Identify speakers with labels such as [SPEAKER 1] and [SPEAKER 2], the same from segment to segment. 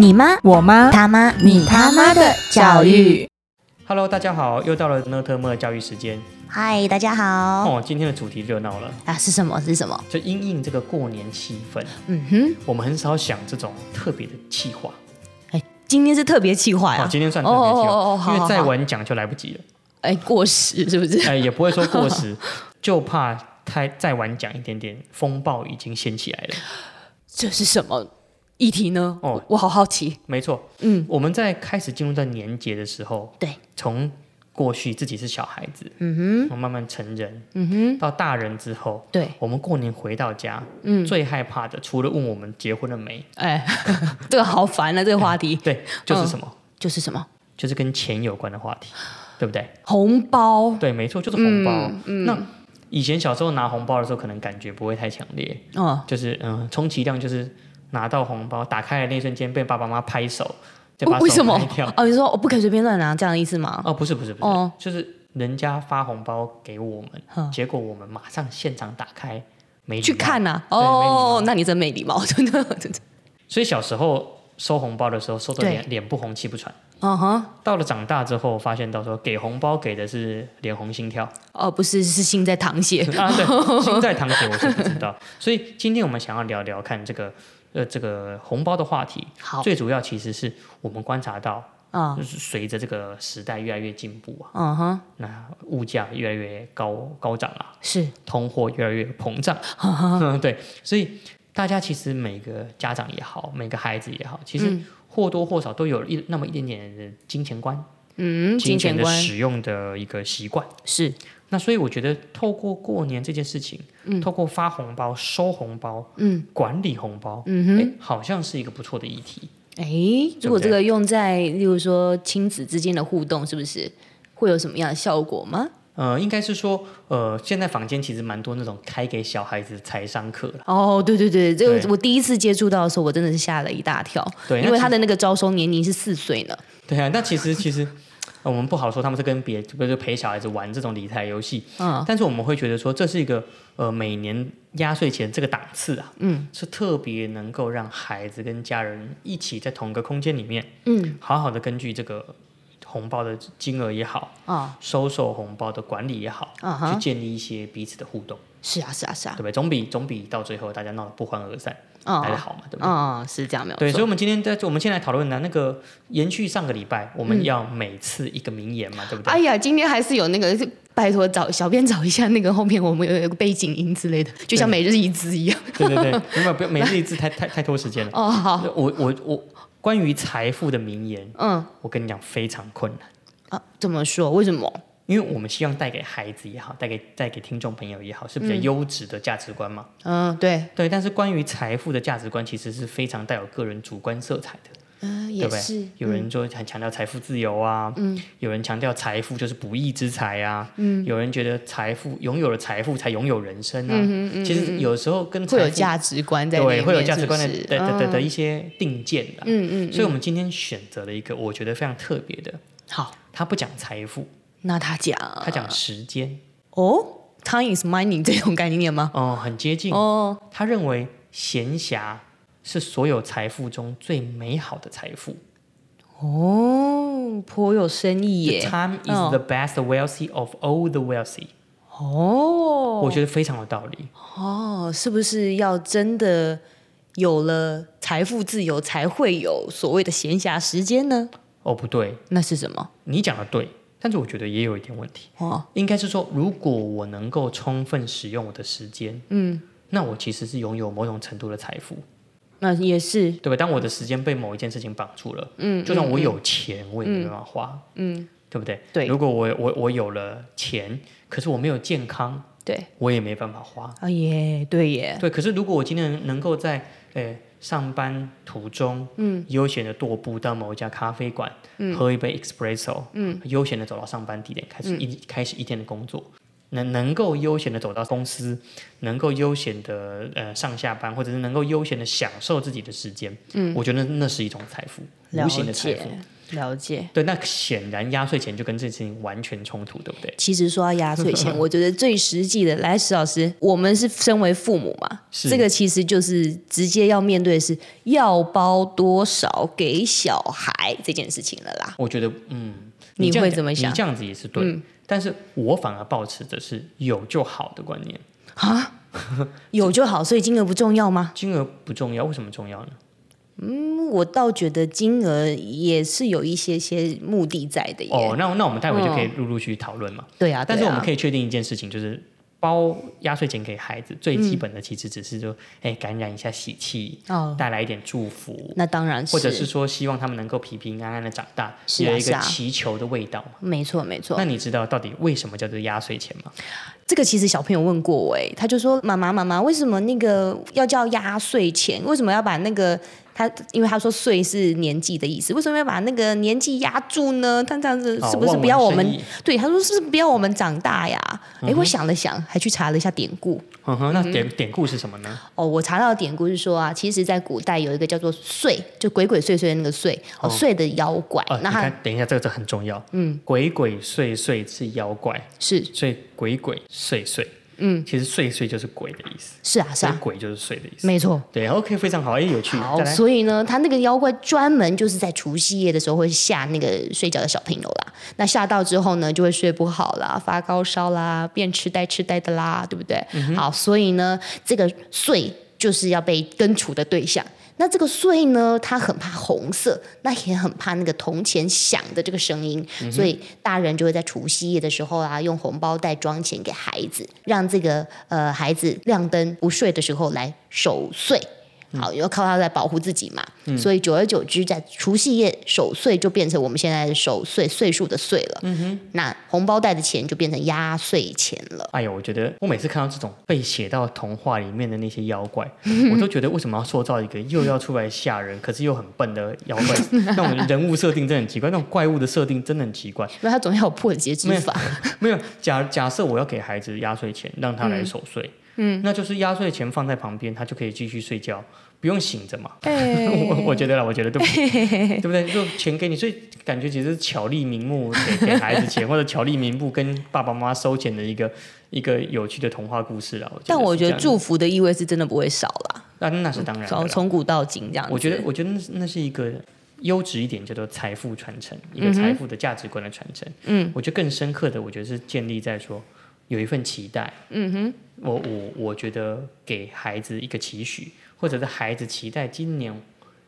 [SPEAKER 1] 你妈、
[SPEAKER 2] 我妈、
[SPEAKER 1] 他妈、你他妈的教育。。
[SPEAKER 3] Hello，大家好，又到了 E 呢特莫教育时间
[SPEAKER 1] 嗨，大家好、
[SPEAKER 3] 哦。今天的主题热闹了，
[SPEAKER 1] 啊，是什么？是什么？
[SPEAKER 3] 就因应这个过年气氛，
[SPEAKER 1] 嗯哼，
[SPEAKER 3] 我们很少想这种特别的气话。
[SPEAKER 1] 今天是特别气话
[SPEAKER 3] 哦
[SPEAKER 1] 呀，，
[SPEAKER 3] 今天算特别气
[SPEAKER 1] 哦哦哦哦
[SPEAKER 3] 话，
[SPEAKER 1] 好
[SPEAKER 3] 因为再
[SPEAKER 1] 好好
[SPEAKER 3] 晚讲就来不及了。
[SPEAKER 1] 哎、过时是不是？
[SPEAKER 3] 哎，也不会说过时，就怕太再晚讲一点点，风暴已经掀起来了。
[SPEAKER 1] 这是什么议题呢？
[SPEAKER 3] 哦
[SPEAKER 1] 我我好好奇。
[SPEAKER 3] 没错，
[SPEAKER 1] 嗯，
[SPEAKER 3] 我们在开始进入到年节的时候，
[SPEAKER 1] 对，
[SPEAKER 3] 从过去自己是小孩子，嗯哼，慢慢成人，嗯哼，到大人之后，
[SPEAKER 1] 对，
[SPEAKER 3] 我们过年回到家，嗯，最害怕的除了问我们结婚了没，
[SPEAKER 1] 哎， 这个好烦啊，这个话 题
[SPEAKER 3] 对，就是什么，
[SPEAKER 1] 就是什么
[SPEAKER 3] 就是跟钱有关的话题，对不对？
[SPEAKER 1] 红包
[SPEAKER 3] 对，没错，就是红包。
[SPEAKER 1] 嗯
[SPEAKER 3] 那以前小时候拿红包的时候，可能感觉不会太强烈，
[SPEAKER 1] 哦，
[SPEAKER 3] 就是嗯，充其量就是拿到红包，打开的那一瞬间被爸爸妈妈拍手，再把
[SPEAKER 1] 哦为为什
[SPEAKER 3] 手
[SPEAKER 1] 么
[SPEAKER 3] 拍掉。？
[SPEAKER 1] 哦，你说我不可以随便乱拿，这样的意思吗？
[SPEAKER 3] 哦，不是不是不是，
[SPEAKER 1] 哦
[SPEAKER 3] 就是人家发红包给我们，
[SPEAKER 1] 嗯
[SPEAKER 3] 结果我们马上现场打开，没礼
[SPEAKER 1] 去
[SPEAKER 3] 貌
[SPEAKER 1] 看呐、
[SPEAKER 3] 对没礼貌
[SPEAKER 1] 哦，那你真没礼貌，真的，真的。
[SPEAKER 3] 所以小时候收红包的时候，收的
[SPEAKER 1] 对
[SPEAKER 3] 脸脸不红气不喘。
[SPEAKER 1] 嗯哼，
[SPEAKER 3] 到了长大之后，发现到说给红包给的是脸红心跳
[SPEAKER 1] 哦，不是，是心在淌血。
[SPEAKER 3] 啊，对，心在淌血，我是不知道。 所以今天我们想要聊聊看这个呃这个红包的话题，
[SPEAKER 1] 好
[SPEAKER 3] 最主要其实是我们观察到，
[SPEAKER 1] 啊，
[SPEAKER 3] 就是随着这个时代越来越进步啊，
[SPEAKER 1] 嗯哼，
[SPEAKER 3] 那物价越来越高高涨啊，
[SPEAKER 1] 是
[SPEAKER 3] 通货越来越膨胀，
[SPEAKER 1] 啊
[SPEAKER 3] 嗯， 对，所以大家其实每个家长也好，每个孩子也好，其实
[SPEAKER 1] 嗯
[SPEAKER 3] 或多或少都有一那么一点点的金钱观、
[SPEAKER 1] 嗯，金钱
[SPEAKER 3] 的
[SPEAKER 1] 观
[SPEAKER 3] 使用的一个习惯。
[SPEAKER 1] 是
[SPEAKER 3] 那所以我觉得，透过过年这件事情，
[SPEAKER 1] 嗯
[SPEAKER 3] 透过发红包、收红包、嗯，管理红包，嗯哼，好像是一个不错的议题。
[SPEAKER 1] 哎，如果这个用在例如说亲子之间的互动，是不是会有什么样的效果吗？
[SPEAKER 3] 呃，应该是说，呃，现在坊间其实蛮多那种开给小孩子财商课啦，
[SPEAKER 1] 哦，对对对，这个
[SPEAKER 3] 对
[SPEAKER 1] 我第一次接触到的时候，我真的是吓了一大跳，
[SPEAKER 3] 对那
[SPEAKER 1] 因为
[SPEAKER 3] 其
[SPEAKER 1] 他的那个招收年龄是四岁呢。
[SPEAKER 3] 对啊，那其实其实呃我们不好说他们是跟别不是陪小孩子玩这种理财游戏，
[SPEAKER 1] 嗯，
[SPEAKER 3] 但是我们会觉得说这是一个呃每年压岁钱这个档次啊，嗯，是特别能够让孩子跟家人一起在同一个空间里面，嗯，好好的根据这个红包的金额也好，
[SPEAKER 1] 啊、
[SPEAKER 3] 收受红包的管理也好，
[SPEAKER 1] 啊哈
[SPEAKER 3] 去建立一些彼此的互动，
[SPEAKER 1] 是啊，是啊，是
[SPEAKER 3] 对
[SPEAKER 1] 啊，
[SPEAKER 3] 不对？总比总比到最后大家闹得不欢而散
[SPEAKER 1] 啊、
[SPEAKER 3] 来的好嘛，对不对？
[SPEAKER 1] 啊、是这样没有
[SPEAKER 3] 对，所
[SPEAKER 1] 错。
[SPEAKER 3] 以，我们今天在我们先来讨论呢，那个延续上个礼拜，我们要每次一个名言嘛，对不
[SPEAKER 1] 嗯
[SPEAKER 3] 对？
[SPEAKER 1] 哎呀，今天还是有那个，拜托找小编找一下那个后面我们有有个背景音之类的，就像每日一字一样。
[SPEAKER 3] 对对对，没有不要每日一字太太太拖时间了。
[SPEAKER 1] 哦，好，
[SPEAKER 3] 我我我关于财富的名言，
[SPEAKER 1] 嗯
[SPEAKER 3] 我跟你讲非常困难，
[SPEAKER 1] 啊，怎么说？为什么？
[SPEAKER 3] 因为我们希望带给孩子也好，带给带给听众朋友也好，是比较优质的价值观嘛。
[SPEAKER 1] 嗯，对，
[SPEAKER 3] 对，但是关于财富的价值观，其实是非常带有个人主观色彩的。
[SPEAKER 1] 嗯、
[SPEAKER 3] 对
[SPEAKER 1] 也
[SPEAKER 3] 不
[SPEAKER 1] 是
[SPEAKER 3] 对？。有人就很强调财富自由啊，嗯，有人强调财富就是不义之财啊，嗯，有人觉得财富拥有了财富才拥有人生啊，嗯其实有时候跟财
[SPEAKER 1] 会
[SPEAKER 3] 富
[SPEAKER 1] 有价值观在里面，
[SPEAKER 3] 对会有价值观的
[SPEAKER 1] 是不是
[SPEAKER 3] 的的的的
[SPEAKER 1] 嗯
[SPEAKER 3] 一些定见的、
[SPEAKER 1] 嗯嗯，
[SPEAKER 3] 所以我们今天选择了一个我觉得非常特别的，
[SPEAKER 1] 好，
[SPEAKER 3] 他不讲财富，
[SPEAKER 1] 那他讲，
[SPEAKER 3] 他讲时间，
[SPEAKER 1] 哦，time is money 这种概念吗？
[SPEAKER 3] 哦、很接近。
[SPEAKER 1] 哦，
[SPEAKER 3] 他认为闲暇是所有财富中最美好的财富。
[SPEAKER 1] 哦，颇有深意
[SPEAKER 3] The
[SPEAKER 1] 耶。
[SPEAKER 3] time is
[SPEAKER 1] 哦
[SPEAKER 3] the best wealthy of all the wealthy、
[SPEAKER 1] 哦
[SPEAKER 3] 我觉得非常有道理。
[SPEAKER 1] 哦，是不是要真的有了财富自由，才会有所谓的闲暇时间呢？
[SPEAKER 3] 哦，不对，
[SPEAKER 1] 那是什么？
[SPEAKER 3] 你讲的对，但是我觉得也有一点问题，
[SPEAKER 1] 哦，
[SPEAKER 3] 应该是说，如果我能够充分使用我的时间，嗯，那我其实是拥有某种程度的财富，
[SPEAKER 1] 那也是
[SPEAKER 3] 对吧？当我的时间被某一件事情绑住了，嗯，就算我有钱，我也没办法花，嗯，对不对？
[SPEAKER 1] 对
[SPEAKER 3] 如果我我我有了钱，可是我没有健康，
[SPEAKER 1] 对
[SPEAKER 3] 我也没办法花。
[SPEAKER 1] 啊耶，对耶，
[SPEAKER 3] 对，可是如果我今天能够在呃上班途中，嗯，悠闲的踱步到某一家咖啡馆，嗯，喝一杯 espresso，嗯，悠闲的走到上班地点，开始一、开始一天的工作，能能够悠闲的走到公司，能够悠闲的呃上下班，或者是能够悠闲的享受自己的时间，嗯，我觉得那是一种财富，无
[SPEAKER 1] 了
[SPEAKER 3] 形的财富。
[SPEAKER 1] 解，了解。
[SPEAKER 3] 对，那显然压岁钱就跟这件事情完全冲突，对不对？
[SPEAKER 1] 其实说到压岁 钱，我觉得最实际的，来石老师，我们是身为父母嘛，
[SPEAKER 3] 是
[SPEAKER 1] 这个其实就是直接要面对的是要包多少给小孩这件事情了啦。
[SPEAKER 3] 我觉得，嗯，
[SPEAKER 1] 啊你
[SPEAKER 3] 这样
[SPEAKER 1] 会
[SPEAKER 3] 讲
[SPEAKER 1] 怎么想嗯
[SPEAKER 3] 你这样子也是对，但是我反而保持着是有就好的观念，
[SPEAKER 1] 有就好，所以金额不重要吗？
[SPEAKER 3] 金额不重要，为什么重要呢？
[SPEAKER 1] 嗯，我倒觉得金额也是有一些些目的在的耶。
[SPEAKER 3] 哦，那那我们待会就可以陆陆续续讨论嘛。
[SPEAKER 1] 对嗯啊，
[SPEAKER 3] 但是我们可
[SPEAKER 1] 以
[SPEAKER 3] 以确定一件事情，就是包压岁钱给孩子，最基本的其实只是说，哎、感染一下喜气，
[SPEAKER 1] 嗯哦，
[SPEAKER 3] 带来一点祝福，
[SPEAKER 1] 那当然
[SPEAKER 3] 或者是说希望他们能够平平安安的长大，
[SPEAKER 1] 是啊
[SPEAKER 3] 有一
[SPEAKER 1] 是
[SPEAKER 3] 个
[SPEAKER 1] 啊
[SPEAKER 3] 祈求的味道嘛。
[SPEAKER 1] 没错没错
[SPEAKER 3] 那。你知道到底为什么叫做压岁钱吗？
[SPEAKER 1] 这个其实小朋友问过我、哎，他就说：“妈妈，妈妈，为什么那个要叫压岁钱？为什么要把那个他？因为他说岁是年纪的意思，为什么要把那个年纪压住呢？他这样子
[SPEAKER 3] 哦
[SPEAKER 1] 是不是
[SPEAKER 3] 望
[SPEAKER 1] 不要我
[SPEAKER 3] 文
[SPEAKER 1] 们？
[SPEAKER 3] 生义嗯
[SPEAKER 1] 对，他说是不是不要我们长大呀？哎、我想了想，还去查了一下典故。
[SPEAKER 3] 哼哼，
[SPEAKER 1] 嗯
[SPEAKER 3] 那典典故是什么呢？
[SPEAKER 1] 哦，我查到的典故是说啊，其实在古代有一个叫做岁，就鬼鬼祟祟的那个祟，哦，祟的妖怪。
[SPEAKER 3] 哦，你
[SPEAKER 1] 那他
[SPEAKER 3] 看，等一下，这个这很重要。嗯，鬼鬼祟祟是妖怪，
[SPEAKER 1] 是
[SPEAKER 3] 所以鬼鬼祟祟，嗯，其实祟祟就是鬼的意思，
[SPEAKER 1] 是啊是
[SPEAKER 3] 所以
[SPEAKER 1] 啊，
[SPEAKER 3] 鬼就是祟的意思。
[SPEAKER 1] 没错。”
[SPEAKER 3] 对，OK，非常好，哎，有趣。
[SPEAKER 1] 好
[SPEAKER 3] 再，来，
[SPEAKER 1] 所以呢，他那个妖怪专门就是在除夕夜的时候会吓那个睡觉的小朋友啦。那吓到之后呢，就会睡不好啦，发高烧啦，变痴呆痴呆的啦，对不对？
[SPEAKER 3] 嗯
[SPEAKER 1] 好，所以呢，这个祟就是要被根除的对象。那这个祟呢，它很怕红色，那也很怕那个铜钱响的这个声音，
[SPEAKER 3] 嗯
[SPEAKER 1] 所以大人就会在除夕夜的时候啊，用红包袋装钱给孩子，让这个呃孩子亮灯不睡的时候来守岁。好，要靠它来保护自己嘛。所以久而久之，在除夕夜守岁就变成我们现在的守岁岁数的岁了。嗯哼，那红包袋的钱就变成压岁钱了。
[SPEAKER 3] 哎呦，我觉得我每次看到这种被写到童话里面的那些妖 怪，我都觉得为什么要塑造一个又要出来吓人，可是又很笨的妖 怪？那种人物设定真的很奇怪，那种怪物的设定真的很奇怪。
[SPEAKER 1] 因为它总要有破解之法。
[SPEAKER 3] 没有假假设我要给孩子压岁钱，让他来守岁，嗯，那就是压岁钱放在旁边，他就可以继续睡觉，不用醒着嘛。
[SPEAKER 1] 哎
[SPEAKER 3] 我我觉得啦，我觉得对不 对？对不对？就钱给你，所以感觉其实是巧立名目给给孩子钱，或者巧立名目跟爸爸妈妈收钱的一个一个有趣的童话故事啦。我觉得
[SPEAKER 1] 但我
[SPEAKER 3] 是
[SPEAKER 1] 觉得
[SPEAKER 3] 这样
[SPEAKER 1] 祝福的意味是真的不会少啦，
[SPEAKER 3] 那那是当然的
[SPEAKER 1] 从
[SPEAKER 3] 啦。
[SPEAKER 1] 从古到今这样子。
[SPEAKER 3] 我觉得，我觉得那是那是一个优质一点叫做财富传承，一
[SPEAKER 1] 嗯
[SPEAKER 3] 个财富的价值观的传承。嗯，我觉得更深刻的，我觉得是建立在说有一份期待。嗯哼，我我我觉得给孩子一个期许，或者是孩子期待今年，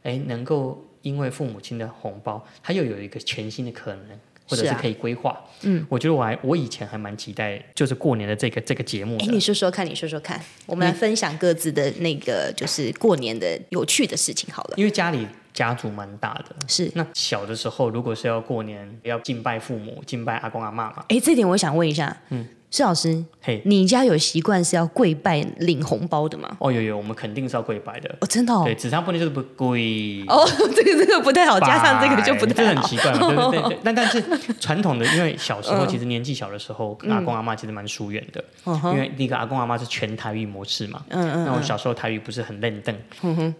[SPEAKER 3] 哎，能够因为父母亲的红包，他又有一个全新的可能。或者
[SPEAKER 1] 是
[SPEAKER 3] 是
[SPEAKER 1] 啊
[SPEAKER 3] 可以规划，嗯，我觉得我还我以前还蛮期待，就是过年的这个这个节目
[SPEAKER 1] 哎，
[SPEAKER 3] 的，
[SPEAKER 1] 你说说看，你说说看，我们来分享各自的那个就是过年的有趣的事情好了。
[SPEAKER 3] 因为家里家族蛮大的，
[SPEAKER 1] 是，
[SPEAKER 3] 那小的时候，如果是要过年，要敬拜父母、敬拜阿公阿妈嘛，
[SPEAKER 1] 哎，这点我想问一下，嗯，哎施老师，
[SPEAKER 3] 嘿，
[SPEAKER 1] 你家有习惯是要跪拜领红包的吗？
[SPEAKER 3] 哦有有，我们肯定是要跪拜的。
[SPEAKER 1] 哦，真的哦
[SPEAKER 3] 对，。只差不能就是不跪。
[SPEAKER 1] 哦， 这个这个不太好，加上这个就不
[SPEAKER 3] 这
[SPEAKER 1] 太
[SPEAKER 3] 很
[SPEAKER 1] 好。
[SPEAKER 3] 奇怪嘛，对对对 对。但但是传统的，因为小时候其实年纪小的时候，阿公阿妈其实蛮疏远的，
[SPEAKER 1] 嗯
[SPEAKER 3] 因为那个阿公阿妈是全台语模式嘛。
[SPEAKER 1] 嗯嗯
[SPEAKER 3] 那我小时候台语不是很认凳，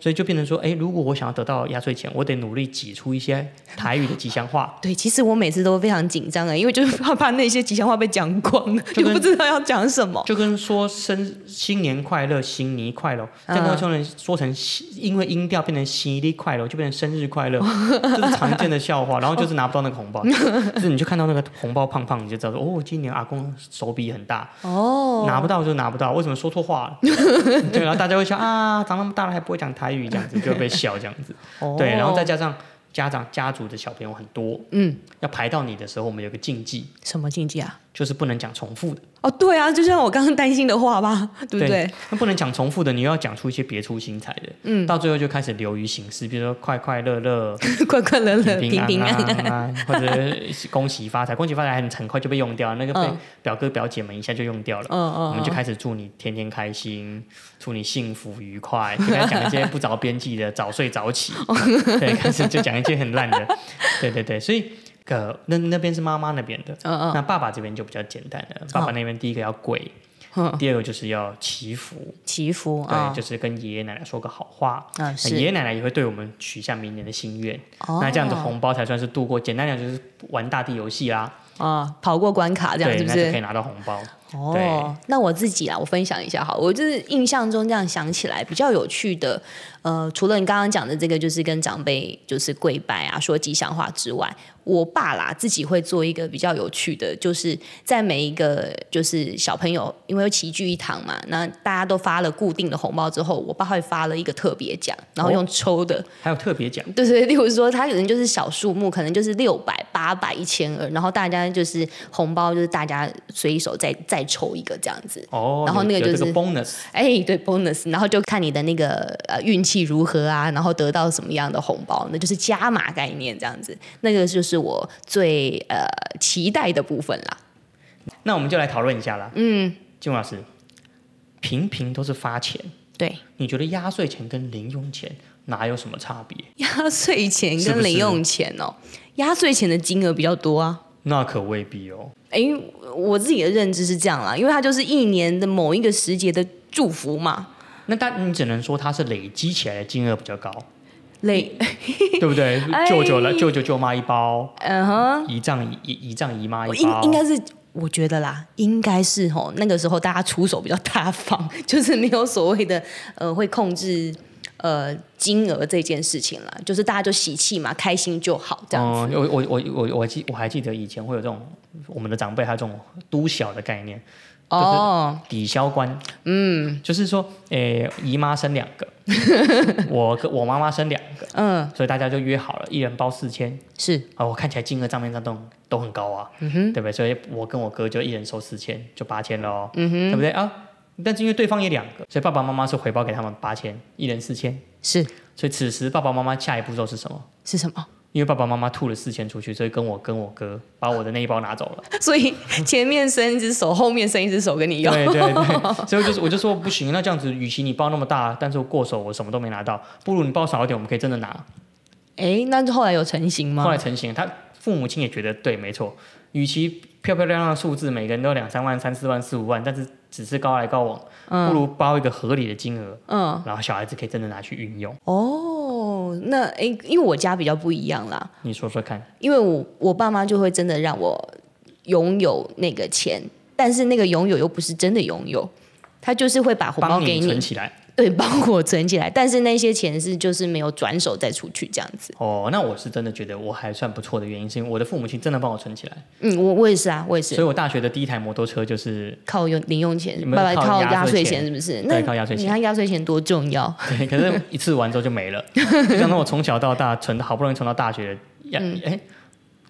[SPEAKER 3] 所以就变成说，哎，如果我想要得到压岁钱，我得努力挤出一些台语的吉祥话，
[SPEAKER 1] 对，其实我每次都非常紧张的，啊因为 就是怕怕那些吉祥话被讲光，
[SPEAKER 3] 就
[SPEAKER 1] 就
[SPEAKER 3] 跟
[SPEAKER 1] 不知道要讲什么。
[SPEAKER 3] 就跟说生新年快乐、新年快乐，
[SPEAKER 1] 嗯
[SPEAKER 3] 但高雄人说成新因为音调变成新年快乐，就 变成生日快乐，这是常见的 笑话。然后就是拿不到那个红包，就是你就看到那个红包胖胖，你就知道说哦，今年阿公手笔很大，
[SPEAKER 1] 哦，
[SPEAKER 3] 拿不到就拿不到，为什么说错话 了？对，然后大家会笑啊，长那么大了还不会讲台语，这样子就会被笑这样子。
[SPEAKER 1] 哦
[SPEAKER 3] 对，然后再加上家长家族的小朋友很多，
[SPEAKER 1] 嗯，
[SPEAKER 3] 要排到你的时候，我们有个禁忌，
[SPEAKER 1] 什么禁忌啊？
[SPEAKER 3] 就是不能讲重复的。
[SPEAKER 1] 哦，对啊，就像我刚刚担心的话吧，对不对？？
[SPEAKER 3] 那不能讲重复的，你又要讲出一些别出心裁的，嗯，到最后就开始流于形式，比如说快快乐乐、
[SPEAKER 1] 快快乐乐、
[SPEAKER 3] 平
[SPEAKER 1] 平平安
[SPEAKER 3] 安
[SPEAKER 1] 安。
[SPEAKER 3] 安，或者是恭喜发财，恭 喜发财很很快就被用掉了，那个被
[SPEAKER 1] 嗯
[SPEAKER 3] 表哥表姐们一下就用掉了。
[SPEAKER 1] 嗯
[SPEAKER 3] 我
[SPEAKER 1] 嗯
[SPEAKER 3] 们就开始祝你天天开心，祝你幸福愉快，就开始讲一些 不着边际的早睡早起，对，开始就讲一些很烂的，对对对，所以呃，那那边是妈妈那边的，
[SPEAKER 1] 嗯嗯
[SPEAKER 3] 那爸爸这边就比较简单了。爸爸那边第一个要跪，
[SPEAKER 1] 嗯
[SPEAKER 3] 第二个就是要祈福，
[SPEAKER 1] 祈福啊
[SPEAKER 3] 对，，就是跟爷爷奶奶说个好话。
[SPEAKER 1] 啊
[SPEAKER 3] 那
[SPEAKER 1] 是
[SPEAKER 3] 呃爷爷奶奶也会对我们许下明年的心愿，
[SPEAKER 1] 哦
[SPEAKER 3] 那这样子红包才算是度过。简单讲就是玩大地游戏啦，
[SPEAKER 1] 啊，跑过关卡这样
[SPEAKER 3] 对，
[SPEAKER 1] 是不
[SPEAKER 3] 那就是可以？拿到红包。
[SPEAKER 1] 哦，那我自己啊，我分享一下哈，我就是印象中这样想起来比较有趣的，呃，除了你刚刚讲的这个，就是跟长辈就是跪拜啊，说吉祥话之外，我爸啦自己会做一个比较有趣的，就是在每一个就是小朋友因为齐聚一堂嘛，那大家都发了固定的红包之后，我爸会发了一个特别奖，然后用抽的，
[SPEAKER 3] 还有特别奖，
[SPEAKER 1] 对对，例如说，它可能就是小数目，可能就是六百、八百、一千二，然后大家就是红包，就是大家随手再再抽一个这样子。
[SPEAKER 3] 哦，
[SPEAKER 1] 然后那个
[SPEAKER 3] 有有
[SPEAKER 1] 就是
[SPEAKER 3] 这个 bonus，
[SPEAKER 1] 哎，对，bonus，然后就看你的那个呃运气如何啊，然后得到什么样的红包，那就是加码概念这样子。那个就是我最呃期待的部分啦。
[SPEAKER 3] 那我们就来讨论一下啦。嗯，金文老师，平平都是发钱，
[SPEAKER 1] 对，
[SPEAKER 3] 你觉得压岁钱跟零用钱哪有什么差别？
[SPEAKER 1] 压岁钱
[SPEAKER 3] 是不
[SPEAKER 1] 跟
[SPEAKER 3] 是
[SPEAKER 1] 零用钱哦，压岁钱的金额比较多啊。
[SPEAKER 3] 那可未必哦。
[SPEAKER 1] 哎，我自己的认知是这样啦，因为它就是一年的某一个时节的祝福嘛。
[SPEAKER 3] 那但你只能说它是累积起来的金额 比较高，
[SPEAKER 1] 累，
[SPEAKER 3] 对不对
[SPEAKER 1] 哎？
[SPEAKER 3] 舅舅来舅舅舅妈一包，
[SPEAKER 1] 嗯哼，
[SPEAKER 3] 姨丈姨姨姨丈姨妈
[SPEAKER 1] 我
[SPEAKER 3] 一
[SPEAKER 1] 应
[SPEAKER 3] 包，
[SPEAKER 1] 应该是我觉得啦，应该是吼那个时候大家出手比较大方， 就是没有所谓的呃会控制呃金额这件事情啦，就是大家就喜气嘛，开心就好这样子。
[SPEAKER 3] 嗯，我我我我我记我还记得以前会有这种我们的长辈还有这种都小的概念，就是
[SPEAKER 1] 哦，
[SPEAKER 3] 抵消官，嗯，就是说，诶、姨妈生两个， 我跟我妈妈生两个，
[SPEAKER 1] 嗯，
[SPEAKER 3] 所以大家就约好了，一人包四千。
[SPEAKER 1] 是
[SPEAKER 3] 啊，我看起来金额账面上都很都很高啊，
[SPEAKER 1] 嗯
[SPEAKER 3] 对不对？所以我跟我哥就一人收四千，就八千喽，
[SPEAKER 1] 嗯
[SPEAKER 3] 对不对啊？但是因为对方也两个，所以爸爸妈妈是回报给他们八千，一人四千。
[SPEAKER 1] 是
[SPEAKER 3] 所以此时爸爸妈妈下一步骤是什么？
[SPEAKER 1] 是什么？
[SPEAKER 3] 因为爸爸妈妈吐了四千出去，所以跟我跟我哥把我的那一包拿走了。
[SPEAKER 1] 所以前面伸一只手，后面伸一只手跟你要。
[SPEAKER 3] 对对对，所以我就是我就说不行，那这样子，与其你包那么大，但是我过手我什么都没拿到，不如你包少一点，我们可以真的拿。
[SPEAKER 1] 哎，那后来有成型
[SPEAKER 3] 后
[SPEAKER 1] 吗
[SPEAKER 3] 来？成型，他父母亲也觉得对，没错，与其漂漂亮亮的数字，每个人都两三万、三四万、四五万，但是只是高来高往，不如包一个合理的金额，
[SPEAKER 1] 嗯，
[SPEAKER 3] 然后小孩子可以真的拿去运用。
[SPEAKER 1] 哦，那哎，因为我家比较不一样啦，
[SPEAKER 3] 你说说看，
[SPEAKER 1] 因为我我爸妈就会真的让我拥有那个钱，但是那个拥有又不是真的拥有，他就是会把红包
[SPEAKER 3] 帮
[SPEAKER 1] 给
[SPEAKER 3] 你
[SPEAKER 1] 你，
[SPEAKER 3] 存起来。
[SPEAKER 1] 对，帮我存起来，但是那些钱是就是没有转手再出去这样子。
[SPEAKER 3] 哦，那我是真的觉得我还算不错的原因，是因为我的父母亲真的帮我存起来，
[SPEAKER 1] 嗯，我我也是啊，我也
[SPEAKER 3] 所以
[SPEAKER 1] 是
[SPEAKER 3] 我大学的第一台摩托车就是
[SPEAKER 1] 靠用零用钱
[SPEAKER 3] 你，们
[SPEAKER 1] 爸爸
[SPEAKER 3] 靠
[SPEAKER 1] 靠
[SPEAKER 3] 压
[SPEAKER 1] 压
[SPEAKER 3] 岁
[SPEAKER 1] 岁
[SPEAKER 3] 钱
[SPEAKER 1] 钱是不是？那
[SPEAKER 3] 对靠压岁
[SPEAKER 1] 你
[SPEAKER 3] 钱
[SPEAKER 1] 看压岁钱多重要，
[SPEAKER 3] 对，可是一次玩之后就没了。就像我从小到大存，好不容易存到大学，呀，
[SPEAKER 1] 嗯
[SPEAKER 3] 哎、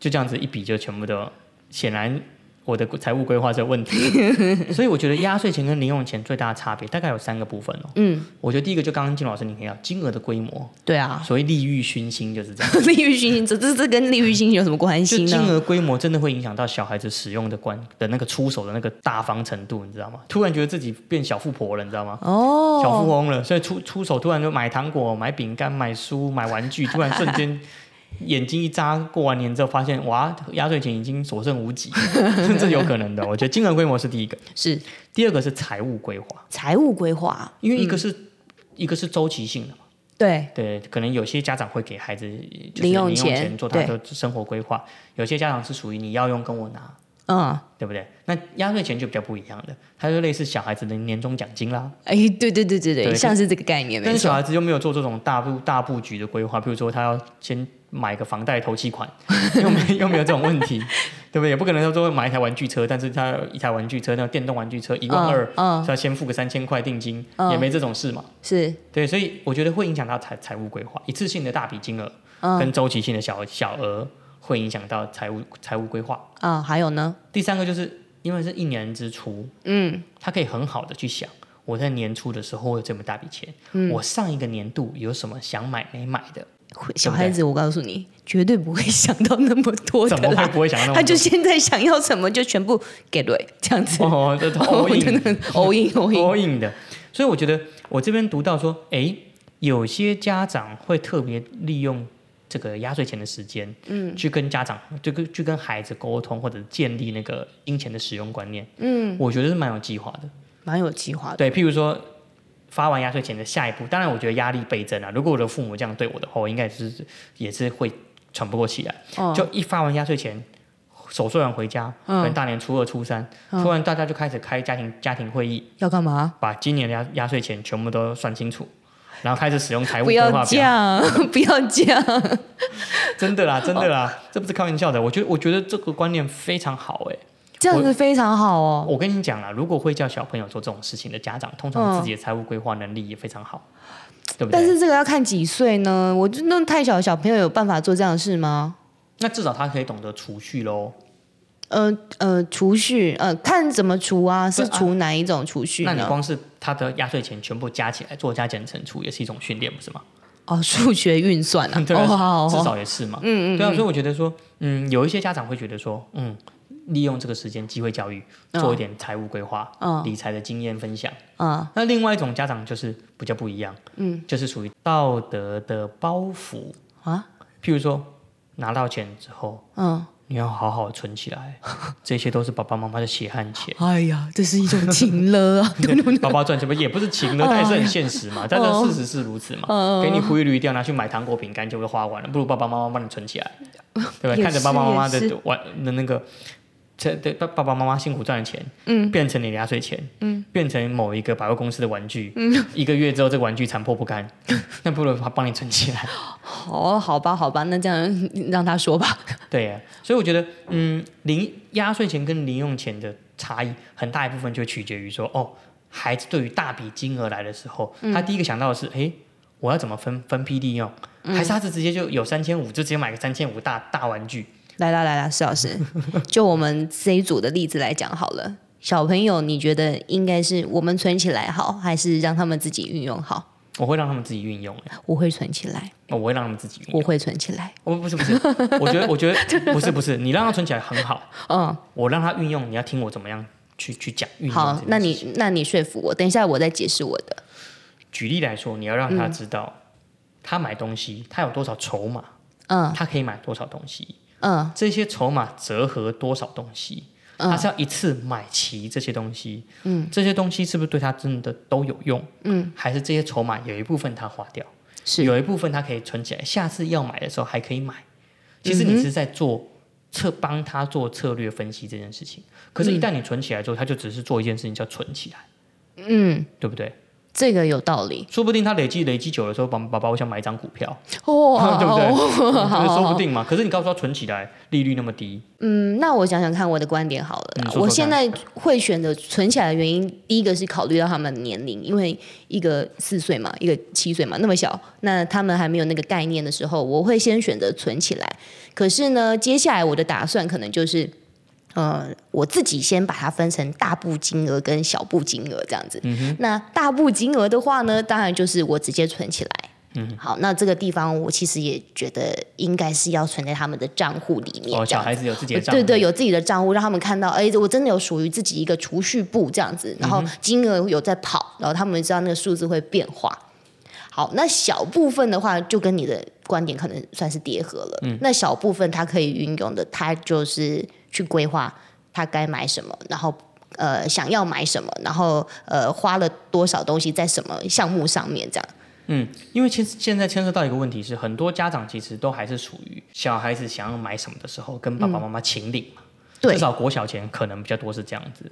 [SPEAKER 3] 就这样子一笔就全部都，显然我的财务规划是有问题。 所以我觉得压岁钱跟零用钱最大的差别大概有三个部分哦。嗯，我觉得第一个就刚刚金老师你提到金额的规模，
[SPEAKER 1] 对啊。
[SPEAKER 3] 所谓利欲熏心就是这样。
[SPEAKER 1] 利欲熏心，这这这跟利欲熏心有什么关
[SPEAKER 3] 就
[SPEAKER 1] 系
[SPEAKER 3] 金
[SPEAKER 1] 呢？
[SPEAKER 3] 额规模真的会影响到小孩子使用的观的那个出手的那个大方程度，你知道吗？突然觉得自己变小富婆了，你知道吗？
[SPEAKER 1] 哦，
[SPEAKER 3] 小富翁了，所以出出手突然就买糖果、买饼干、买书、买玩具，突然瞬间眼睛一眨，过完年之后发现哇，压岁钱已经所剩无几， 这有可能的。我觉得金额规模是第一个，
[SPEAKER 1] 是
[SPEAKER 3] 第二个是财务规划，
[SPEAKER 1] 财务规划，
[SPEAKER 3] 因为一个是、一个是周期性的嘛，
[SPEAKER 1] 对，
[SPEAKER 3] 对，可能有些家长会给孩子就是
[SPEAKER 1] 零
[SPEAKER 3] 零
[SPEAKER 1] 用
[SPEAKER 3] 用
[SPEAKER 1] 钱
[SPEAKER 3] 做他
[SPEAKER 1] 对
[SPEAKER 3] 的生活规划，有些家长是属于你要用跟我拿。
[SPEAKER 1] 嗯，
[SPEAKER 3] 对不对？那压岁钱就比较不一样的，它就类似小孩子的年终奖金啦。
[SPEAKER 1] 哎，对对对对对，
[SPEAKER 3] 对
[SPEAKER 1] 像是这个概念，
[SPEAKER 3] 但
[SPEAKER 1] 没
[SPEAKER 3] 是
[SPEAKER 1] 错
[SPEAKER 3] 小。孩子又没有做这种大布大布局的规划，比如说他要先买个房贷头期款，又没又没有这种问题，对不对？也不可能他说买一台玩具车，但是他一台玩具车，那种电动玩具车一万二，
[SPEAKER 1] 嗯
[SPEAKER 3] 他先付个三千块定金，
[SPEAKER 1] 嗯
[SPEAKER 3] 也没这种事嘛。
[SPEAKER 1] 是，
[SPEAKER 3] 对，所以我觉得会影响到财财务规划，一次性的大笔金额
[SPEAKER 1] 嗯
[SPEAKER 3] 跟周期性的小小额会影响到财务财务规划。
[SPEAKER 1] 啊，还有呢，
[SPEAKER 3] 第三个就是因为是一年之初，
[SPEAKER 1] 嗯，
[SPEAKER 3] 他可以很好的去想，我在年初的时候我有这么大笔钱，
[SPEAKER 1] 嗯
[SPEAKER 3] 我上一个年度有什么想买没买的，
[SPEAKER 1] 会小孩子，我告诉你，绝对不会想到那么多的
[SPEAKER 3] 怎么会
[SPEAKER 1] 啦。
[SPEAKER 3] 不会想到那么
[SPEAKER 1] 他就
[SPEAKER 3] 多？
[SPEAKER 1] 现在想要什么就全部给对，这样子。
[SPEAKER 3] 哦，这
[SPEAKER 1] 我
[SPEAKER 3] all
[SPEAKER 1] 真
[SPEAKER 3] in 哦
[SPEAKER 1] 的 all in all in，
[SPEAKER 3] all in 的，所以我觉得我这边读到说，诶，有些家长会特别利用这个压岁钱的时间，嗯，去跟家长，就跟去跟孩子沟通，或者建立那个金钱的使用观念，嗯，我觉得是蛮有计划的。
[SPEAKER 1] 蛮有计划的。
[SPEAKER 3] 对，譬如说发完压岁钱的下一步，当然我觉得压力倍增啊。如果我的父母这样对我的话，我应该是也是会喘不过气来。
[SPEAKER 1] 哦嗯
[SPEAKER 3] 就一发完压岁钱，手做完回家，可能大年初二、初三，突然大家就开始开家庭家庭会议，
[SPEAKER 1] 要干嘛？
[SPEAKER 3] 把今年的压压岁钱全部都算清楚。然后开始使用财
[SPEAKER 1] 不
[SPEAKER 3] 务规
[SPEAKER 1] 要
[SPEAKER 3] 划
[SPEAKER 1] 这
[SPEAKER 3] 表，
[SPEAKER 1] 样， 哦不要这样。
[SPEAKER 3] 真的啦，真的啦，这不是开玩笑的。我觉得，我觉得这个观念非常好哎、
[SPEAKER 1] 这样子非常好哦。
[SPEAKER 3] 我跟你讲啦，啊如果会叫小朋友做这种事情的家长，通常自己的财务规划能力也非常好，对不对？
[SPEAKER 1] 嗯但是这个要看几岁呢？我就那种太小的小朋友有办法做这样的事吗？
[SPEAKER 3] 那至少他可以懂得储蓄喽。
[SPEAKER 1] 呃呃，储蓄，呃，看怎么储啊，
[SPEAKER 3] 对
[SPEAKER 1] 是
[SPEAKER 3] 啊
[SPEAKER 1] 储哪一种储蓄
[SPEAKER 3] 那你
[SPEAKER 1] 呢？
[SPEAKER 3] 光是他的压岁钱全部加起来做加减乘除，也是一种训练，不是吗？，
[SPEAKER 1] 哦，数学运算啊
[SPEAKER 3] 对啊
[SPEAKER 1] 哦，好好
[SPEAKER 3] 至
[SPEAKER 1] 好，
[SPEAKER 3] 少也是嘛。嗯嗯对啊，所以我觉得说，嗯，有一些家长会觉得说，嗯，利用这个时间机会教育，做一点财务规划、理财的经验分享。
[SPEAKER 1] 嗯，
[SPEAKER 3] 那另外一种家长就是比较不一样，嗯，就是属于道德的包袱
[SPEAKER 1] 啊，
[SPEAKER 3] 譬如说拿到钱之后，
[SPEAKER 1] 嗯，
[SPEAKER 3] 你要好好存起来，这些都是爸爸妈妈的血汗钱。
[SPEAKER 1] 哎呀，这是一种情勒 啊，
[SPEAKER 3] 爸爸赚钱不也不是情了，但也是很现实嘛。但是事实是如此嘛，给你挥一掉，拿去买糖果饼干就会花完了，不如爸爸妈妈帮你存起来，对吧？
[SPEAKER 1] 也
[SPEAKER 3] 看着爸爸妈妈
[SPEAKER 1] 是也
[SPEAKER 3] 的玩的那个，这对爸爸爸妈妈辛苦赚的钱，嗯，变成你的压岁钱，嗯，变成某一个百货公司的玩具，嗯，一个月之后这个玩具残破不堪，那不如他帮你存起来。
[SPEAKER 1] 好，好吧，好吧，那这样让他说吧，
[SPEAKER 3] 对呀，所以我觉得，嗯，零压岁钱跟零用钱的差异，很大一部分就取决于说，哦，孩子对于大笔金额来的时候，他
[SPEAKER 1] 嗯
[SPEAKER 3] 第一个想到的是，诶，我要怎么分分批利用？
[SPEAKER 1] 嗯
[SPEAKER 3] 还是他是直接就有三千五，就直接买个三千五大大玩具？
[SPEAKER 1] 来啦来啦，施老 师，就我们这一组的例子来讲好了。小朋友，你觉得应该是我们存起来好，还是让他们自己运用好？
[SPEAKER 3] 我会让他们自己运用、诶
[SPEAKER 1] 我会存起来，
[SPEAKER 3] 我会让他们自己运用。
[SPEAKER 1] 我会存起来。
[SPEAKER 3] 我不是不是，我觉得我觉 得不是不是，你让他存起来很好，
[SPEAKER 1] 嗯，
[SPEAKER 3] 我让他运用，你要听我怎么样去去讲运用这件事
[SPEAKER 1] 好
[SPEAKER 3] 情。，
[SPEAKER 1] 那你那你说服我，等一下我再解释我的。
[SPEAKER 3] 举例来说，你要
[SPEAKER 1] 嗯
[SPEAKER 3] 让他知道，他买东西他有多少筹码，
[SPEAKER 1] 嗯，
[SPEAKER 3] 他可以买多少东西，
[SPEAKER 1] 嗯，
[SPEAKER 3] 这些筹码折合多少东西，他是要一次买齐这些东西，嗯，这些东西是不是对他真的都有用？嗯，还是这些筹码有一部分他花掉，
[SPEAKER 1] 是
[SPEAKER 3] 有一部分他可以存起来，下次要买的时候还可以买。其实你是在做。策帮他做策略分析这件事情，可是，一旦你存起来之后，他就只是做一件事情，叫存起来，嗯，对不对？
[SPEAKER 1] 这个有道 理
[SPEAKER 3] 说不定他累积累积久的时候，爸爸爸，我想买一张股票，
[SPEAKER 1] 哦
[SPEAKER 3] 对不对？
[SPEAKER 1] 好
[SPEAKER 3] 说
[SPEAKER 1] 好
[SPEAKER 3] 不定嘛。可是你告诉他存起来，利率那么低，
[SPEAKER 1] 嗯，那我想想看我的观点好了啦。
[SPEAKER 3] 嗯说说
[SPEAKER 1] 我现在会选择存起来的原因，第一个是考虑到他们的年龄，因为一个四岁嘛，一个七岁嘛，那么小，那他们还没有那个概念的时候，我会先选择存起来。可是呢，接下来我的打算可能就是。呃，我自己先把它分成大部金额跟小部金额这样子。
[SPEAKER 3] 嗯
[SPEAKER 1] 那大部金额的话呢，当然就是我直接存起来。嗯，好，那这个地方我其实也觉得应该是要存在他们的账户里面。
[SPEAKER 3] 哦，
[SPEAKER 1] 这
[SPEAKER 3] 小
[SPEAKER 1] 样子呃
[SPEAKER 3] 孩子有自己的账户，
[SPEAKER 1] 对对，有自己的账户，让他们看到，哎，我真的有属于自己一个储蓄部这样子，然后金额有在跑，然后他们知道那个数字会变化。好，那小部分的话，就跟你的观点可能算是叠合了。那小部分他可以运用的，他就是去规划他该买什么，然后呃想要买什么，然后呃花了多少东西在什么项目上面这样。
[SPEAKER 3] 嗯，因为其实现在牵涉到一个问题是，很多家长其实都还是属于小孩子想要买什么的时候，跟爸爸妈妈请领
[SPEAKER 1] 嗯对嗯
[SPEAKER 3] 嘛。至少国小前可能比较多是这样子，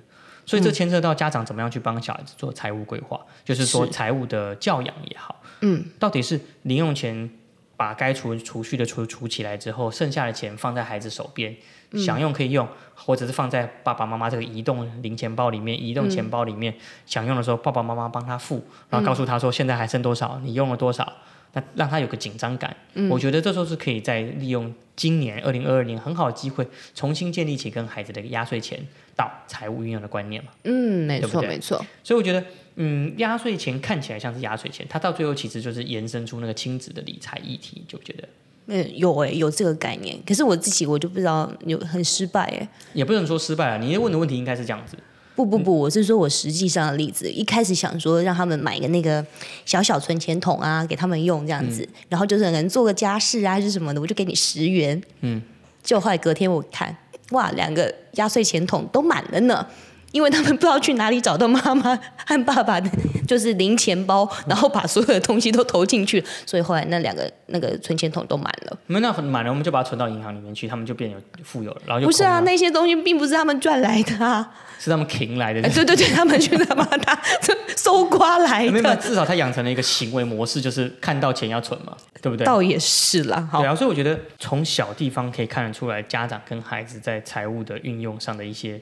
[SPEAKER 3] 所以这牵涉到家长怎么样去帮小孩子做财务规划，就是说财务的教养也好，嗯，到底是零用钱把该储储蓄的储储起来之后，剩下的钱放在孩子手边，想用可以用，或者是放在爸爸妈妈这个移动零钱包里面、移动钱包里面，想用的时候爸爸妈妈帮他付，然后告诉他说现在还剩多少，你用了多少。那让他有个紧张感，我觉得这时候是可以再利用今年二零二二年很好的机会，重新建立起跟孩子的压岁钱到财务运用的观念嘛。
[SPEAKER 1] 嗯，没
[SPEAKER 3] 对不
[SPEAKER 1] 错
[SPEAKER 3] 对
[SPEAKER 1] 没错，
[SPEAKER 3] 所以我觉得，嗯，压岁钱看起来像是压岁钱，它到最后其实就是延伸出那个亲子的理财议题，就觉得
[SPEAKER 1] 嗯有哎、有这个概念，可是我自己我就不知道有很失败哎、
[SPEAKER 3] 啊也不能说失败了。你问的问题应该是这样子，
[SPEAKER 1] 不不
[SPEAKER 3] 嗯
[SPEAKER 1] 不，我是说我实际上的例子。一开始想说让他们买个那个小小存钱筒啊，给他们用这样子，
[SPEAKER 3] 嗯
[SPEAKER 1] 然后就是可能做个家事啊，还是什么的，我就给你十元。
[SPEAKER 3] 嗯，
[SPEAKER 1] 就后来隔天我看，哇，两个压岁钱筒都满了呢。因为他们不 知道去哪里找到妈妈和爸爸的，就是零钱包，然后把所有的东西都投进去了，所以后来那两个那个存钱筒都满了。
[SPEAKER 3] 没有那很满了，我们就把它存到银行里面去，他们就变有富有了，然后就
[SPEAKER 1] 不是啊，
[SPEAKER 3] 哦空了
[SPEAKER 1] 那些东西并不是他们赚来的啊。
[SPEAKER 3] 是他们停来的。
[SPEAKER 1] 哎 对对对，他们去他妈他 搜刮来
[SPEAKER 3] 没有，没有
[SPEAKER 1] 的，
[SPEAKER 3] 至少他养成了一个行为模式，就是看到钱要存嘛，对不对？
[SPEAKER 1] 倒也是啦。好
[SPEAKER 3] 对，啊，所以我觉得从小地方可以看得出来，家长跟孩子在财务的运用上的一些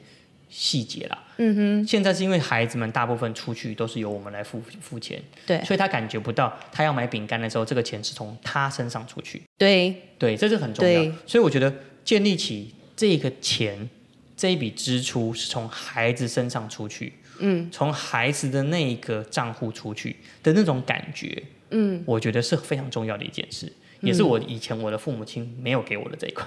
[SPEAKER 3] 细节啦。嗯哼，现在是因为孩子们大部分出去都是由我们来付付钱，
[SPEAKER 1] 对
[SPEAKER 3] 所以他感觉不到他要买饼干的时候，这个钱是从他身上出去。
[SPEAKER 1] 对
[SPEAKER 3] 对，这是很重要
[SPEAKER 1] 对。
[SPEAKER 3] 所以我觉得建立起这个钱这一笔支出是从孩子身上出去，嗯，从孩子的那一个账户出去的那种感觉，嗯，我觉得是非常重要的一件事，也是我以前我的父母亲没有给我的这一块。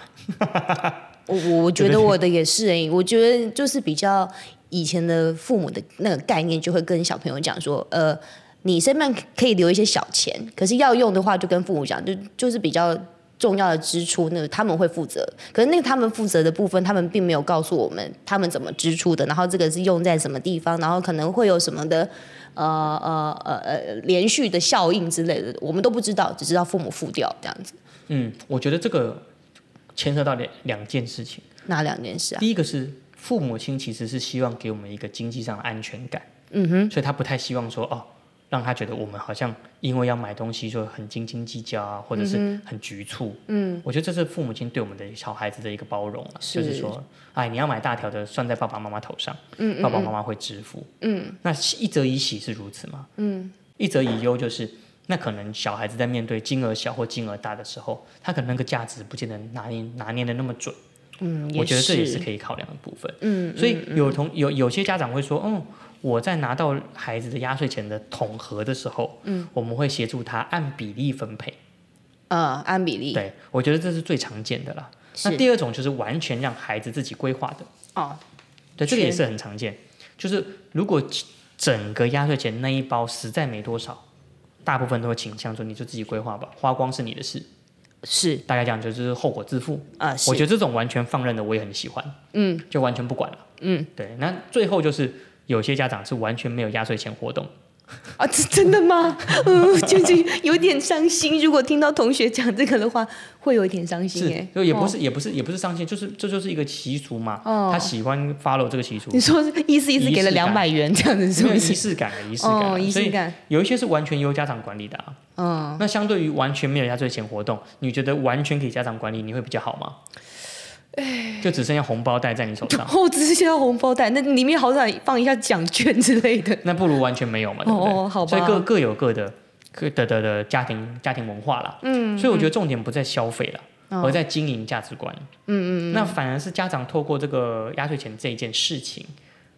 [SPEAKER 1] 我我我觉得我的也是哎、我觉得就是比较以前的父母的那个概念，就会跟小朋友讲说，呃，你身边可以留一些小钱，可是要用的话就跟父母讲，就就是比较。重要的支出，那他们会负责。可是那个他们负责的部分，他们并没有告诉我们他们怎么支出的，然后这个是用在什么地方，然后可能会有什么的呃呃呃呃连续的效应之类的，我们都不知道，只知道父母付掉这样子。
[SPEAKER 3] 嗯，我觉得这个牵涉到两两件事情，
[SPEAKER 1] 哪两件事啊？
[SPEAKER 3] 第一个是父母亲其实是希望给我们一个经济上的安全感，嗯哼，所以他不太希望说哦，让他觉得我们好像因为要买东西就很斤斤计较啊，或者是很局促，嗯，我觉得这是父母亲对我们的小孩子的一个包容、啊，就是
[SPEAKER 1] 是
[SPEAKER 3] 说，哎，你要买大条的，算在爸爸妈妈头上，嗯爸爸妈妈会支付，嗯，那一则以喜是如此吗？嗯，一则以忧就是。那可能小孩子在面对金额小或金额大的时候，他可能那个价值不见得拿捏拿捏的那么准。
[SPEAKER 1] 嗯，
[SPEAKER 3] 我觉得这也是可以考量的部分。嗯，所以有同有有些家长会说，嗯，我在拿到孩子的压岁钱的统合的时候，嗯，我们会协助他按比例分配。
[SPEAKER 1] 呃，按比例
[SPEAKER 3] 对，我觉得这是最常见的啦。
[SPEAKER 1] 是
[SPEAKER 3] 那第二种就是完全让孩子自己规划的，
[SPEAKER 1] 哦，
[SPEAKER 3] 对，这个也
[SPEAKER 1] 全
[SPEAKER 3] 是很常见。就是如果整个压岁钱那一包实在没多少，大部分都会倾向说你就自己规划吧，花光是你的事。
[SPEAKER 1] 是
[SPEAKER 3] 大家讲就是后果自负。
[SPEAKER 1] 啊、
[SPEAKER 3] 我
[SPEAKER 1] 是
[SPEAKER 3] 觉得这种完全放任的我也很喜欢，嗯，就完全不管了，嗯，对。那最后就是有些家长是完全没有压岁钱活动，
[SPEAKER 1] 啊，这真的吗？ 嗯，就是有点伤心。如果听到同学讲这个的话，会有一点伤心
[SPEAKER 3] 是
[SPEAKER 1] 哎，。
[SPEAKER 3] 就也不
[SPEAKER 1] 哦、
[SPEAKER 3] 是、也不是也不是上线，就是这就是一个习俗嘛，
[SPEAKER 1] 哦
[SPEAKER 3] 他喜欢 follow 这个习俗，
[SPEAKER 1] 你说意思意思给了
[SPEAKER 3] 仪式感
[SPEAKER 1] 两百元这样子是
[SPEAKER 3] 没有
[SPEAKER 1] 不
[SPEAKER 3] 仪
[SPEAKER 1] 是？
[SPEAKER 3] 式感的仪式感啊，
[SPEAKER 1] 哦，仪
[SPEAKER 3] 所
[SPEAKER 1] 式
[SPEAKER 3] 以
[SPEAKER 1] 感，
[SPEAKER 3] 有一些是完全由家长管理的啊。
[SPEAKER 1] 嗯，
[SPEAKER 3] 那相对于完全没有压岁钱活动，你觉得完全给家长管理，你会比较好吗？就只剩下红包袋在你手上，
[SPEAKER 1] 哦，只是现在红包袋，那里面好想放一下奖券之类的。
[SPEAKER 3] 那不如完全没有嘛，对不对？
[SPEAKER 1] 哦哦好吧
[SPEAKER 3] 所以各各有各的各的的的家庭家庭文化啦。嗯，所以我觉得重点不在消费啦，而在经营价值观。嗯嗯那反而是家长透过这个压岁钱这一件事情，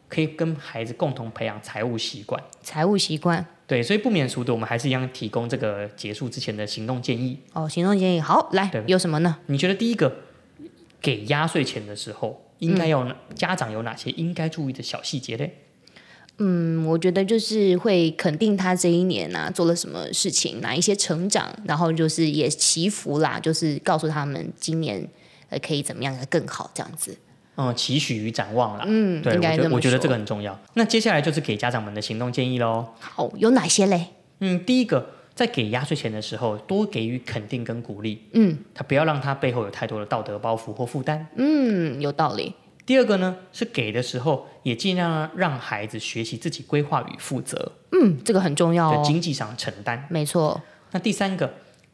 [SPEAKER 3] 可以跟孩子共同培养财务习惯。
[SPEAKER 1] 财务习惯
[SPEAKER 3] 对，所以不免俗的，我们还是一样提供这个结束之前的行动建议。
[SPEAKER 1] 哦，行动建议好来
[SPEAKER 3] 对
[SPEAKER 1] 有什么呢？
[SPEAKER 3] 你觉得第一个给压岁钱的时候，应该要、家长有哪些应该注意的小细节嘞？
[SPEAKER 1] 嗯，我觉得就是会肯定他这一年啊做了什么事情，哪一些成长，然后就是也祈福啦，就是告诉他们今年呃可以怎么样更好这样子。
[SPEAKER 3] 嗯，期许与展望啦。
[SPEAKER 1] 嗯，
[SPEAKER 3] 啊对，
[SPEAKER 1] 应
[SPEAKER 3] 我
[SPEAKER 1] 该
[SPEAKER 3] 觉
[SPEAKER 1] 这
[SPEAKER 3] 得
[SPEAKER 1] 么
[SPEAKER 3] 我觉得
[SPEAKER 1] 说
[SPEAKER 3] 这个很重要。那接下来就是给家长们的行动建议喽。
[SPEAKER 1] 好有哪些嘞？
[SPEAKER 3] 嗯，第一个，在给压岁钱的时候，多给予肯定跟鼓励。嗯，他不要让他背后有太多的道德包袱或负担。
[SPEAKER 1] 嗯，有道理。
[SPEAKER 3] 第二个呢，是给的时候也尽量让孩子学习自己规划与负责，
[SPEAKER 1] 嗯，这个很重要
[SPEAKER 3] 对
[SPEAKER 1] 哦。
[SPEAKER 3] 经济上承担。
[SPEAKER 1] 没错，
[SPEAKER 3] 那第三个。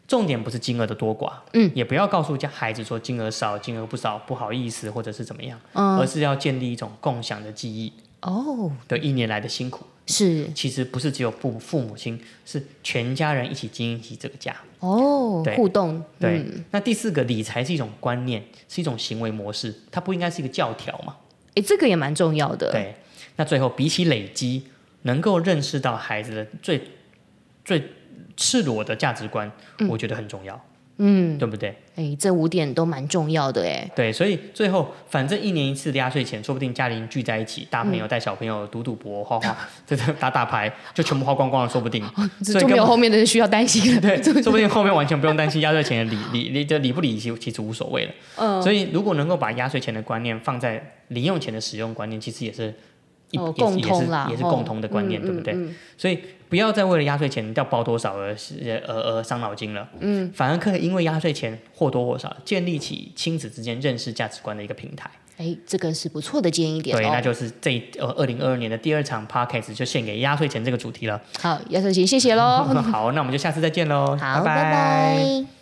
[SPEAKER 3] 重点不是金额的多寡，嗯，也不要告诉家孩子说金额少、金额不少，不好意思或者是怎么样，
[SPEAKER 1] 嗯
[SPEAKER 3] 而是要建立一种共享的记忆，
[SPEAKER 1] 哦，
[SPEAKER 3] 对一年来的辛苦，
[SPEAKER 1] 是
[SPEAKER 3] 其实不是只有父父母亲，是全家人一起经营起这个家。
[SPEAKER 1] 哦
[SPEAKER 3] 对，
[SPEAKER 1] 互动，
[SPEAKER 3] 对，
[SPEAKER 1] 嗯，
[SPEAKER 3] 那第四个，理财是一种观念，是一种行为模式，它不应该是一个教条嘛？
[SPEAKER 1] 哎，这个也蛮重要的。
[SPEAKER 3] 对。那最后，比起累积，能够认识到孩子的最最赤裸的价值观，我觉得很重要。嗯，对不对？
[SPEAKER 1] 哎，这五点都蛮重要的哎。
[SPEAKER 3] 对，所以最后反正一年一次的压岁钱，说不定家里聚在一起，大朋友带小朋友赌赌博、花花，这这打打牌，就全部花光光了，说不定。
[SPEAKER 1] 这
[SPEAKER 3] 所以
[SPEAKER 1] 就
[SPEAKER 3] 根
[SPEAKER 1] 没有
[SPEAKER 3] 本
[SPEAKER 1] 后面的需要担心了。
[SPEAKER 3] 对，说不定后面完全不用担心压岁钱的理理理就理不理其其实无所谓了。
[SPEAKER 1] 嗯，
[SPEAKER 3] 所以如果能够把压岁钱的观念放在零用钱的使用观念，其实也是一、
[SPEAKER 1] 哦，
[SPEAKER 3] 也是
[SPEAKER 1] 共通啦，
[SPEAKER 3] 也是也是
[SPEAKER 1] 哦
[SPEAKER 3] 共同的观念，
[SPEAKER 1] 嗯
[SPEAKER 3] 对不对？
[SPEAKER 1] 嗯嗯
[SPEAKER 3] 所以不要再为了压岁钱要包多少而而而伤脑筋了，嗯，反而可以因为压岁钱或多或少建立起亲子之间认识价值观的一个平台。
[SPEAKER 1] 哎，这个是不错的建议点
[SPEAKER 3] 对，那
[SPEAKER 1] 哦。
[SPEAKER 3] 就是这一呃二零二二年的第二场 podcast 就献给 压岁钱这个主题了。
[SPEAKER 1] 好，亚瑟琴，谢谢喽。
[SPEAKER 3] 好，那我们就下次再见喽，
[SPEAKER 1] 好，
[SPEAKER 3] 拜
[SPEAKER 1] 拜拜